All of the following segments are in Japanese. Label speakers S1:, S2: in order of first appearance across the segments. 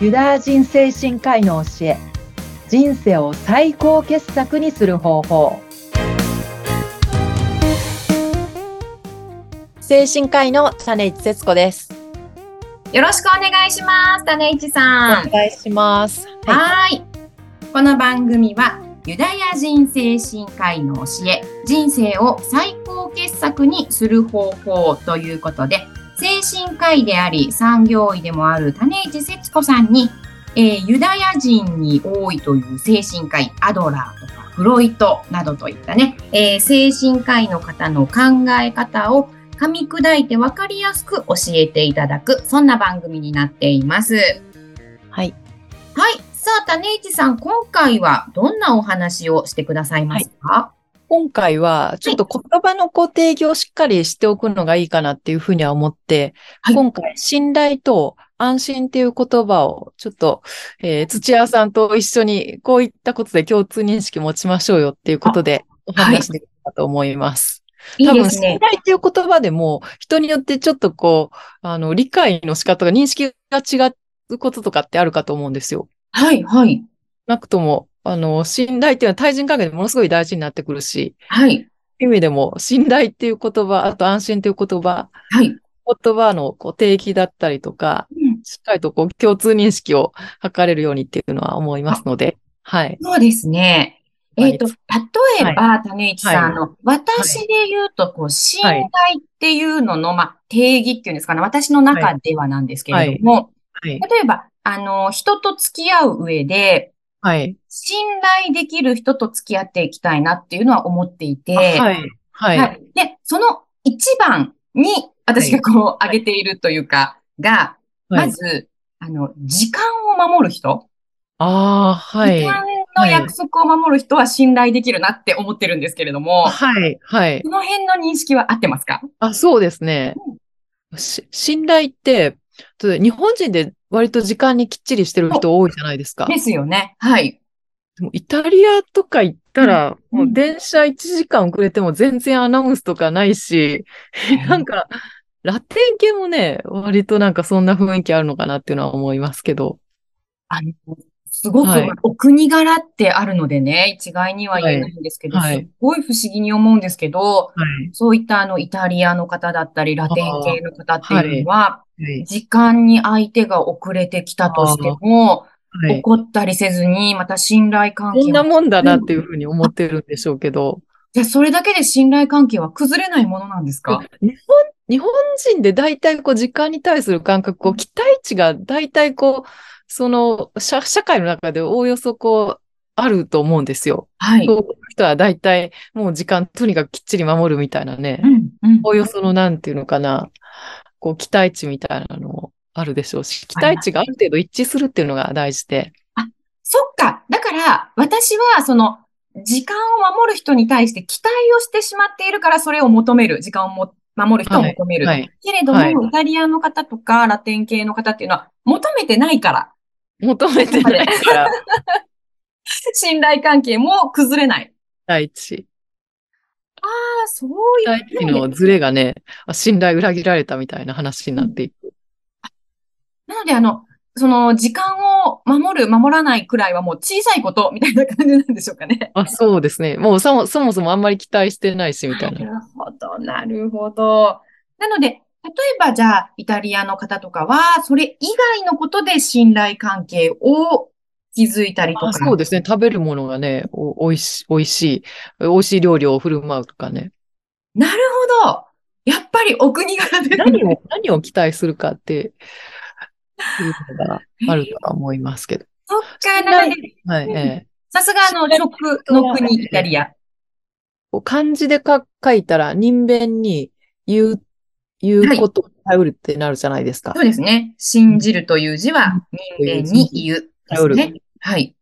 S1: ユダヤ人精神科医の教え人生を最高傑作にする方法
S2: 精神科医の種市節子です。
S3: よろしくお願いします。種市さん。
S2: お願いします。は
S3: はい。この番組はユダヤ人精神科医の教え、人生を最高傑作にする方法ということで、精神科医であり産業医でもある種市節子さんに、えーユダヤ人に多いという精神科医、アドラーとかフロイトなどといったね、えー精神科医の方の考え方を噛み砕いて分かりやすく教えていただく、そんな番組になっています。
S2: い。はい。
S3: はい。さあ、種市さん、今回はどんなお話をしてくださいますか、
S2: 今回は、ちょっと言葉のこう定義をしっかりしておくのがいいかなっていうふうには思って、
S3: はい
S2: 今回、信頼と安心っていう言葉を、ちょっと、えー土屋さんと一緒に、こういったことで共通認識持ちましょうよっていうことで、お話しできたらと思います。
S3: い、い
S2: 多
S3: で
S2: 分、
S3: す
S2: 信頼
S3: ね。
S2: っていう言葉でも、人によってちょっとこう、あの、理解の仕方が、認識が違うこととかってあるかと思うんですよ。
S3: はい、はい。
S2: なくとも、あの、信頼っていうのは対人関係でものすごい大事になってくるし、
S3: はい。
S2: 意味でも、信頼っていう言葉、あと安心っていう言葉、
S3: はい。
S2: 言葉のこう定義だったりとか、
S3: うん
S2: しっかりとこう共通認識を図れるようにっていうのは思いますので、はい。
S3: そうですね。えっ、と、例えば、種市さん、
S2: はい
S3: あの、私で言うと、こう、信頼っていうのの、まあ、定義っていうんですかね、私の中ではなんですけれども、
S2: はい。
S3: 例えば、あの、人と付き合う上で、
S2: はい。
S3: 信頼できる人と付き合っていきたいなっていうのは思っていて、
S2: はい。はい。
S3: はい。で、その一番に私がこう、
S2: はい
S3: 挙げているというか、が、
S2: は
S3: ま
S2: い。
S3: ず、あの、時間を守る人、
S2: ああ、はい
S3: 時。間の約束を守る人は信頼できるなって思ってるんですけれども、
S2: はい。はい
S3: こ。の辺の認識は合ってますか
S2: あ、そうですね。し信頼って、ちょっと日本人で割と時間にきっちりしてる人多いじゃないですか。
S3: ですよね。はい。
S2: でもイタリアとか行ったら、
S3: うん
S2: もう電車1時間遅れても全然アナウンスとかないし、 なんか、ラテン系もね、割となんかそんな雰囲気あるのかなっていうのは思いますけど。
S3: あの、すごく
S2: はい
S3: お国柄ってあるのでね、一概には言えないんですけど、
S2: はいはい
S3: すごい不思議に思うんですけど、
S2: はい。
S3: そういったあの、イタリアの方だったり、ラテン系の方っていうのは、
S2: はい。
S3: 時間に相手が遅れてきたとしても、
S2: はい、
S3: 怒ったりせずに、また信頼関
S2: こん
S3: 係
S2: な
S3: は、
S2: もんだなっていうふうに思ってるんでしょうけど。
S3: じゃあそれだけで信頼関係は崩れないものなんですか
S2: 日本、日本人で大体こう時間に対する感覚、こう期待値が大体こう、その社、社会の中でおおよそこう、あると思うんですよ。
S3: はい。
S2: そういう人は大体もう時間とにかくきっちり守るみたいな
S3: う
S2: ね。
S3: ん、うん。
S2: おおよそのなんていうのかな、こう期待値みたいなのあるでしょうし、期待値がある程度一致するっていうのが大事で。
S3: そっか。だから、私は、その、時間を守る人に対して期待をしてしまっているから、それを求める。時間をも守る人を求める。
S2: はい。
S3: けれど
S2: はい
S3: も、イタリアの方とか、ラテン系の方っていうのは、求めてないから、
S2: 求めて ないから、
S3: 信頼関係も崩れない。
S2: 期待値。
S3: ああ、そう
S2: 期
S3: いう
S2: 待値のズレがね、あ信頼裏切られたみたいな話になっていく。
S3: なので、あの、その、時間を守る、守らないくらいはもう小さいこと、みたいな感じなんでしょうかね。
S2: あ、そうですね。もうそもそもそもあんまり期待してないし、みたいな。
S3: るほど、なるほど。なので、例えば、じゃあ、イタリアの方とかは、それ以外のことで信頼関係を築いたりと
S2: あ
S3: か。
S2: そうですね。食べるものがね、おおいし、おいしい、おいしい料理を振る舞うとかね。
S3: なるほど。やっぱりお国柄で。
S2: 何を、何を期待するかって、いうのがあるとは思いますけど。
S3: そっか、なので、
S2: はい。
S3: うん
S2: ええ
S3: さすが、あの、食の国、イタリア。
S2: こう漢字でか書いたら、人弁に言う、言うことを頼るってなるじゃないですか。
S3: そうですね。信じるという字は、人間に言う。です
S2: 頼る
S3: ね。はい。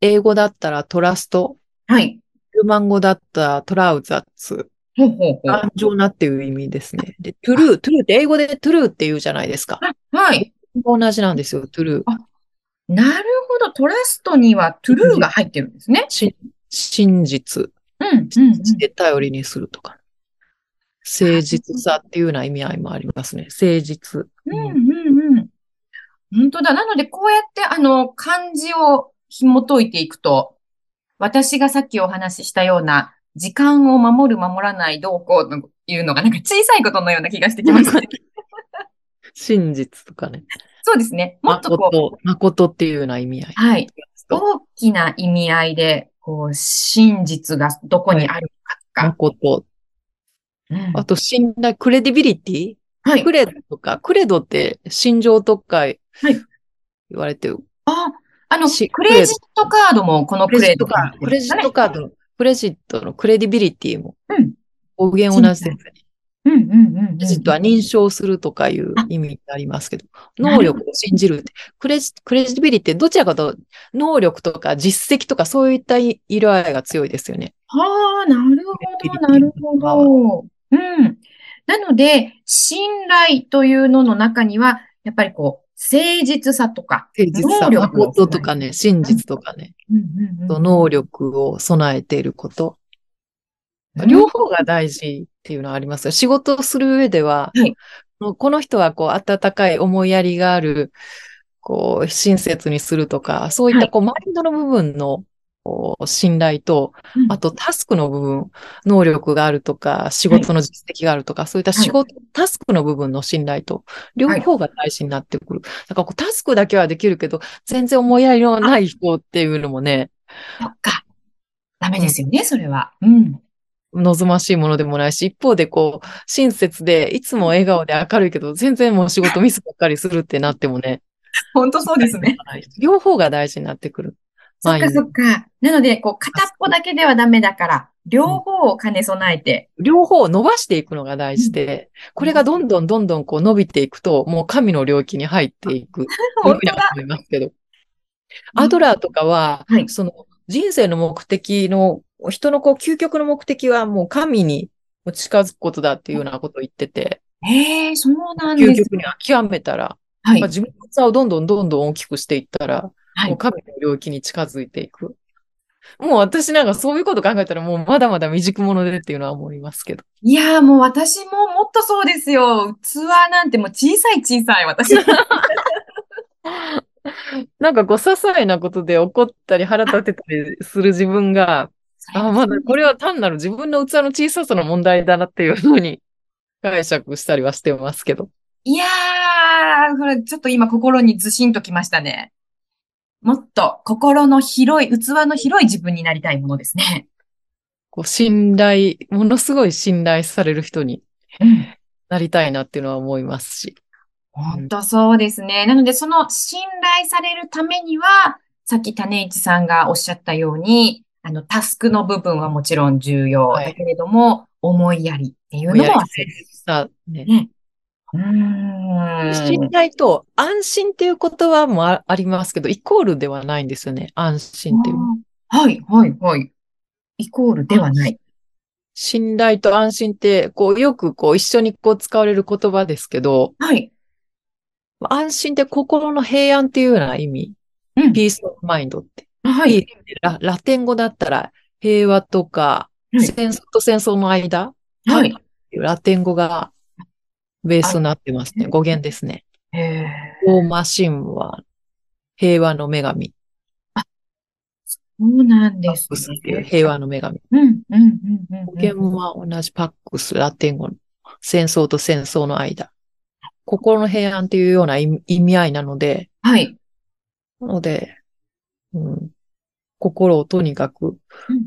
S2: 英語だったらトラスト、
S3: はい。
S2: ルマン語だったらトラウザッツ、
S3: ほうほうほう。
S2: 感情なっていう意味ですね。で、トゥルー、トゥルーって英語でトゥルーって言うじゃないですか。
S3: はい。
S2: 同じなんですよ、トゥルー。
S3: なるほど。トラストにはトゥルーが入ってるんですね。
S2: し真実。
S3: うん、うん、うん。
S2: で頼りにするとか。誠実さっていうような意味合いもありますね。誠実。
S3: うん、うん、うん。本当だ。なので、こうやって、あの、漢字を紐解いていくと、私がさっきお話ししたような、時間を守る、守らない、どうこうというのが、なんか小さいことのような気がしてきま した。
S2: 真実とかね。
S3: そうですね。もっとこう、
S2: 誠、誠っていうような意味合い。
S3: はい。大きな意味合いで、こう、真実がどこにあるかとか。
S2: 誠。
S3: うん
S2: あと、信頼、クレディビリティ
S3: はい
S2: ク。レドとか、クレドって心情とか言われてる。
S3: あ、あの、
S2: し
S3: クレジットカードもこのクレジットカード。
S2: クレジットカードの、クレジットのクレディビリティも
S3: うん、
S2: 語源同じですね。
S3: うんうんうんうん。
S2: クレジットは認証するとかいう意味になりますけど、能力を信じるって、クレジ、クレジビリティどちらかというと能力とか実績とかそういった色合いが強いですよね。
S3: ああ、なるほ
S2: ピリピリ
S3: ど、なるほど。うん。なので、信頼というのの中には、やっぱりこう、誠実さとか、
S2: 誠実さ、
S3: 能力を
S2: 誠とかね、真実とかね、
S3: うんうんうん
S2: と能力を備えていること。
S3: うん
S2: 両方が大事っていうのはありますよ。仕事をする上では、
S3: はい
S2: もうこの人はこう温かい思いやりがある、こう親切にするとか、そういっ
S3: は
S2: た
S3: い
S2: こうマインドの部分のこう信頼と、
S3: うん
S2: あとタスクの部分、能力があるとか、仕事の実績があるとか、そういった仕事、タスクの部分の信頼と、両方が大事になってくる。だからこうタスクだけはできるけど、全然思いやりのない人っていうのもね、
S3: そっか。ダメですよね、それは。うん。
S2: 望ましいものでもないし、一方でこう、親切で、いつも笑顔で明るいけど、全然もう仕事ミスばっかりするってなってもね、
S3: 本当そうですね。
S2: 両方が大事になってくる。
S3: そ
S2: ま
S3: っ
S2: あ
S3: かそっか。なので、こう、片っぽだけではダメだから、両方を兼ね備えて。
S2: 両方を伸ばしていくのが大事で、これがどんどんどんどんこう伸びていくと、もう神の領域に入っていく。
S3: 本当
S2: だ
S3: だ。
S2: と思いますけど。アドラーとかは、
S3: はい
S2: その人生の目的の、人のこう究極の目的はもう神に近づくことだっていうようなことを言ってて、
S3: へえ、そうなんで
S2: 究
S3: す。
S2: 極に極めたら、
S3: は
S2: まあ
S3: い。
S2: 自分の器をどんどんどんどん大きくしていったら、
S3: はい
S2: もう神の領域に近づいていく。もう私なんかそういうこと考えたらもうまだまだ未熟者でっていうのは思いますけど。
S3: いやーもう私ももっとそうですよ。器なんてもう小さい小さい私。
S2: なんかこう、些細なことで怒ったり腹立てたりする自分が、あ、まだこれは単なる自分の器の小ささの問題だなっていうふうに解釈したりはしてますけど。
S3: いやー、これちょっと今心にずしんときましたね。もっと心の広い、器の広い自分になりたいものですね。
S2: こう、信頼、ものすごい信頼される人に
S3: うん。
S2: なりたいなっていうのは思いますし。
S3: 本当そうですね。なのでその信頼されるためには、さっき種市さんがおっしゃったように、あの、タスクの部分はもちろん重要
S2: はい
S3: だけれども、思いやりっていうのも忘れず
S2: さあね、
S3: うーん。
S2: 信頼と安心っていう言葉もあありますけど、イコールではないんですよね。安心っていう。
S3: あーはい、はい、はい。イコールではない。
S2: 信頼と安心って、こう、よくこう、一緒にこう、使われる言葉ですけど、
S3: はい。
S2: 安心って心の平安っていうような意味。
S3: うん
S2: ピースオブマインドって。。
S3: はい
S2: ララテン語だったら、平和とか、
S3: はい
S2: 戦争と戦争の間
S3: は
S2: っ
S3: い。
S2: ていうラテン語がベースになってますね。
S3: あ
S2: 語源ですね。
S3: へえ。
S2: ローマ神話、平和の女神、
S3: そうなん
S2: パ
S3: で
S2: ッ
S3: す
S2: クスっていう
S3: ね。
S2: 平和の女神。
S3: うん、うん、うん、うん。
S2: 語源は同じパックス、ラテン語の戦争と戦争の間。心の平安っていうような意味意味合いなので、
S3: はい。
S2: なので、うん、心をとにかく、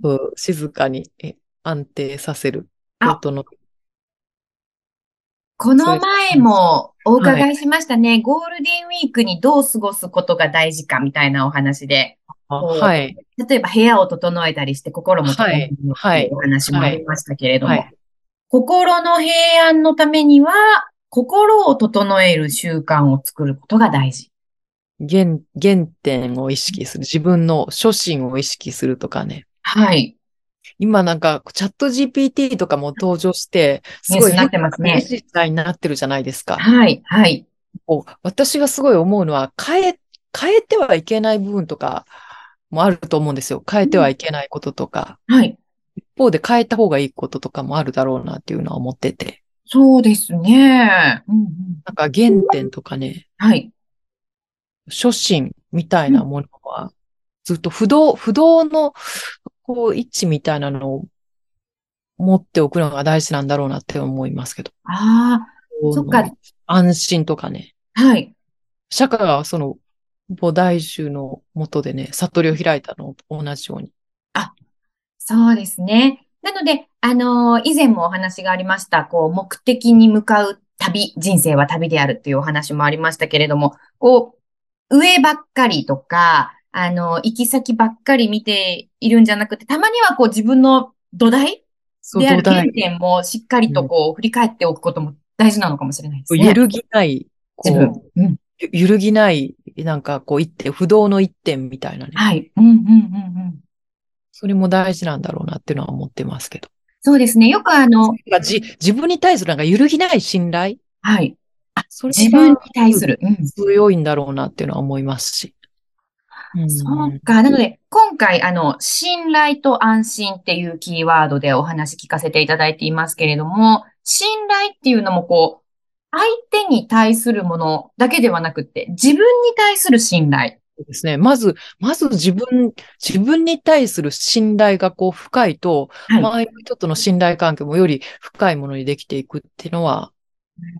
S3: う
S2: うん静かにえ安定させるこ
S3: あ
S2: との、
S3: この前もお伺いしましたね。ゴールデンウィークにどう過ごすことが大事かみたいなお話で。
S2: あ
S3: そう
S2: はい、
S3: 例えば部屋を整えたりして心も整えるのっていうお話もありましたけれども、
S2: はいはい
S3: 心の平安のためには、心を整える習慣を作ることが大事。
S2: 原、原点を意識する。自分の初心を意識するとかね。
S3: はい。
S2: 今なんか、チャット GPT とかも登場して、す
S3: ニュー
S2: ご
S3: ス
S2: い
S3: になってますね
S2: 変な時代になってるじゃないですか。
S3: はい。はい。
S2: こう私がすごい思うのは、変え、変えてはいけない部分とかもあると思うんですよ。変えてはいけないこととか。
S3: はい。
S2: 一方で変えた方がいいこととかもあるだろうなっていうのは思ってて。
S3: そうですね。うんうん、
S2: なんか原点とかね、
S3: はい。
S2: 初心みたいなものは、ずっと不動、不動の、こう、位置みたいなのを持っておくのが大事なんだろうなって思いますけど。
S3: ああ、そっか。
S2: 安心とかね。
S3: はい。
S2: 社会はその、菩提宗のもとでね、悟りを開いたのと同じように。
S3: そうですね。なので、あのー以前もお話がありました、こう、目的に向かう旅、人生は旅であるというお話もありましたけれども、こう、上ばっかりとか、あのー行き先ばっかり見ているんじゃなくて、たまにはこう、自分の土台
S2: そう、
S3: である
S2: 菩
S3: 原
S2: 提。
S3: 点もしっかりとこう、振り返っておくことも大事なのかもしれないですね。
S2: 揺るぎない、こ
S3: 自分
S2: う、。
S3: うん。
S2: ゆ揺るぎない、なんかこう一点、不動の一点みたいなね。
S3: はい。うん、うん、うん、うん。
S2: それも大事なんだろうなっていうのは思ってますけど。
S3: そうですね。よくあの、
S2: じ自分に対するなんか揺るぎない信頼
S3: はい。
S2: それ
S3: 自分に
S2: が
S3: 対する。うん。
S2: 強いんだろうなっていうのは思いますし。うん
S3: そうか。なので、今回、あの、信頼と安心っていうキーワードでお話聞かせていただいていますけれども、信頼っていうのもこう、相手に対するものだけではなくて、自分に対する信頼。
S2: そうですね。まず、まず自分、自分に対する信頼がこう深いと、
S3: はい
S2: 周りの人との信頼関係もより深いものにできていくっていうのは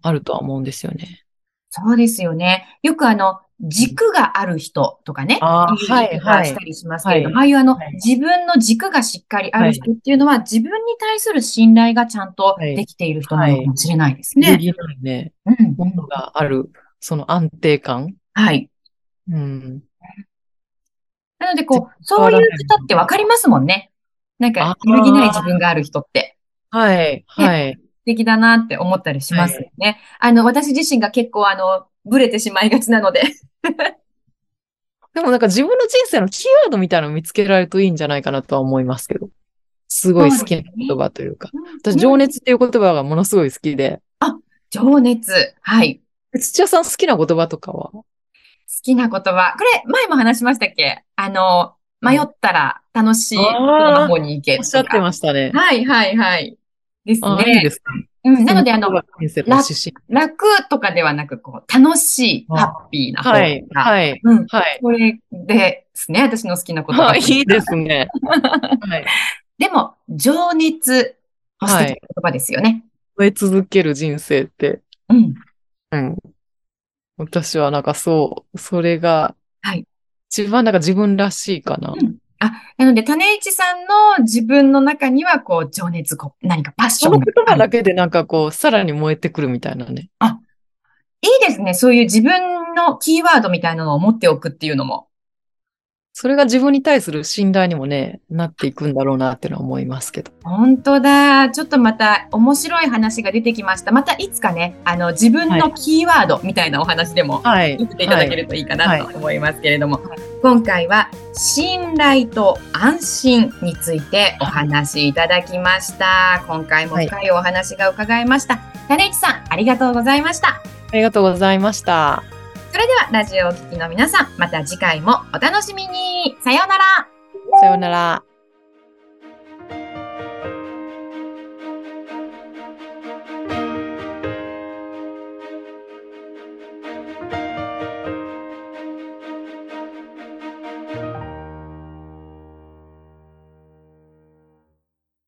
S2: あるとは思うんですよね。
S3: そうですよね。よくあの、軸がある人とかね。
S2: あー
S3: う言い方
S2: はいはい
S3: したりしますけれども、
S2: は
S3: ああいうあの
S2: はい、
S3: 自分の軸がしっかりある人っていうのは、自分に対する信頼がちゃんと
S2: はい
S3: できている人なのかもしれないです
S2: 揺る
S3: ね。
S2: ぎないね。
S3: うん。
S2: ものがある、その安定感。
S3: はい。
S2: うん。
S3: なので、こ
S2: 変
S3: う、そう
S2: わ
S3: い
S2: らないう
S3: 人ってわかりますもんね。なんか
S2: あ、ー
S3: 揺るぎない自分がある人って、
S2: はい、はい。
S3: 素敵だなって思ったりしますよね。あの、私自身が結構、あの、ブレてしまいがちなので。
S2: でもなんか自分の人生のキーワードみたいなのを見つけられるといいんじゃないかなとは思いますけど。すごい好きな言葉というか。私、情熱っていう言葉がものすごい好きで。
S3: 情熱。はい。
S2: 土屋さん好きな言葉とかは
S3: 好きな言葉。これ、前も話しましたっけあの、迷ったら楽しいことの方に行け
S2: おっしゃって
S3: す。
S2: ましたね。
S3: はい、はい、はい。です
S2: あ、いいで
S3: ね。
S2: すね。
S3: うん、なので、あの、、
S2: 人生の指針。
S3: 楽とかではなく、こう、楽しい、
S2: あー
S3: ハッピーな方
S2: はい、
S3: が
S2: はい、
S3: うん。
S2: はい。
S3: これですね、私の好きな言葉。
S2: はい、いいですね。 はい。
S3: でも、情熱、素
S2: はい
S3: 敵な言葉ですよね。
S2: 増え続ける人生って、
S3: うん。
S2: うん。私はなんかそう、それが
S3: はい、
S2: 一番なんか自分らしいかな。
S3: うんあ、なので、種市さんの自分の中には、こう、情熱、こう、何かパッショ
S2: そ
S3: ンが
S2: の言葉
S3: あ
S2: だ
S3: る
S2: けでなんかこう、さらに燃えてくるみたいなね。
S3: いいですね。そういう自分のキーワードみたいなのを持っておくっていうのも。
S2: それが自分に対する信頼にもね、なっていくんだろうなっていうのは思いますけど。
S3: 本当だ。ちょっとまた面白い話が出てきました。またいつかね、あの、自分
S2: は
S3: のキーワードみたいなお話でも
S2: はい
S3: 言っていただけるといいかなと思いますけれども、今回は信頼と安心についてお話しいただきました。今回も深いお話が伺いました。種市さん、ありがとうございました。
S2: ありがとうございました。
S3: それではラジオをお聞きの皆さん、また次回もお楽しみに。さようなら。
S2: さようなら。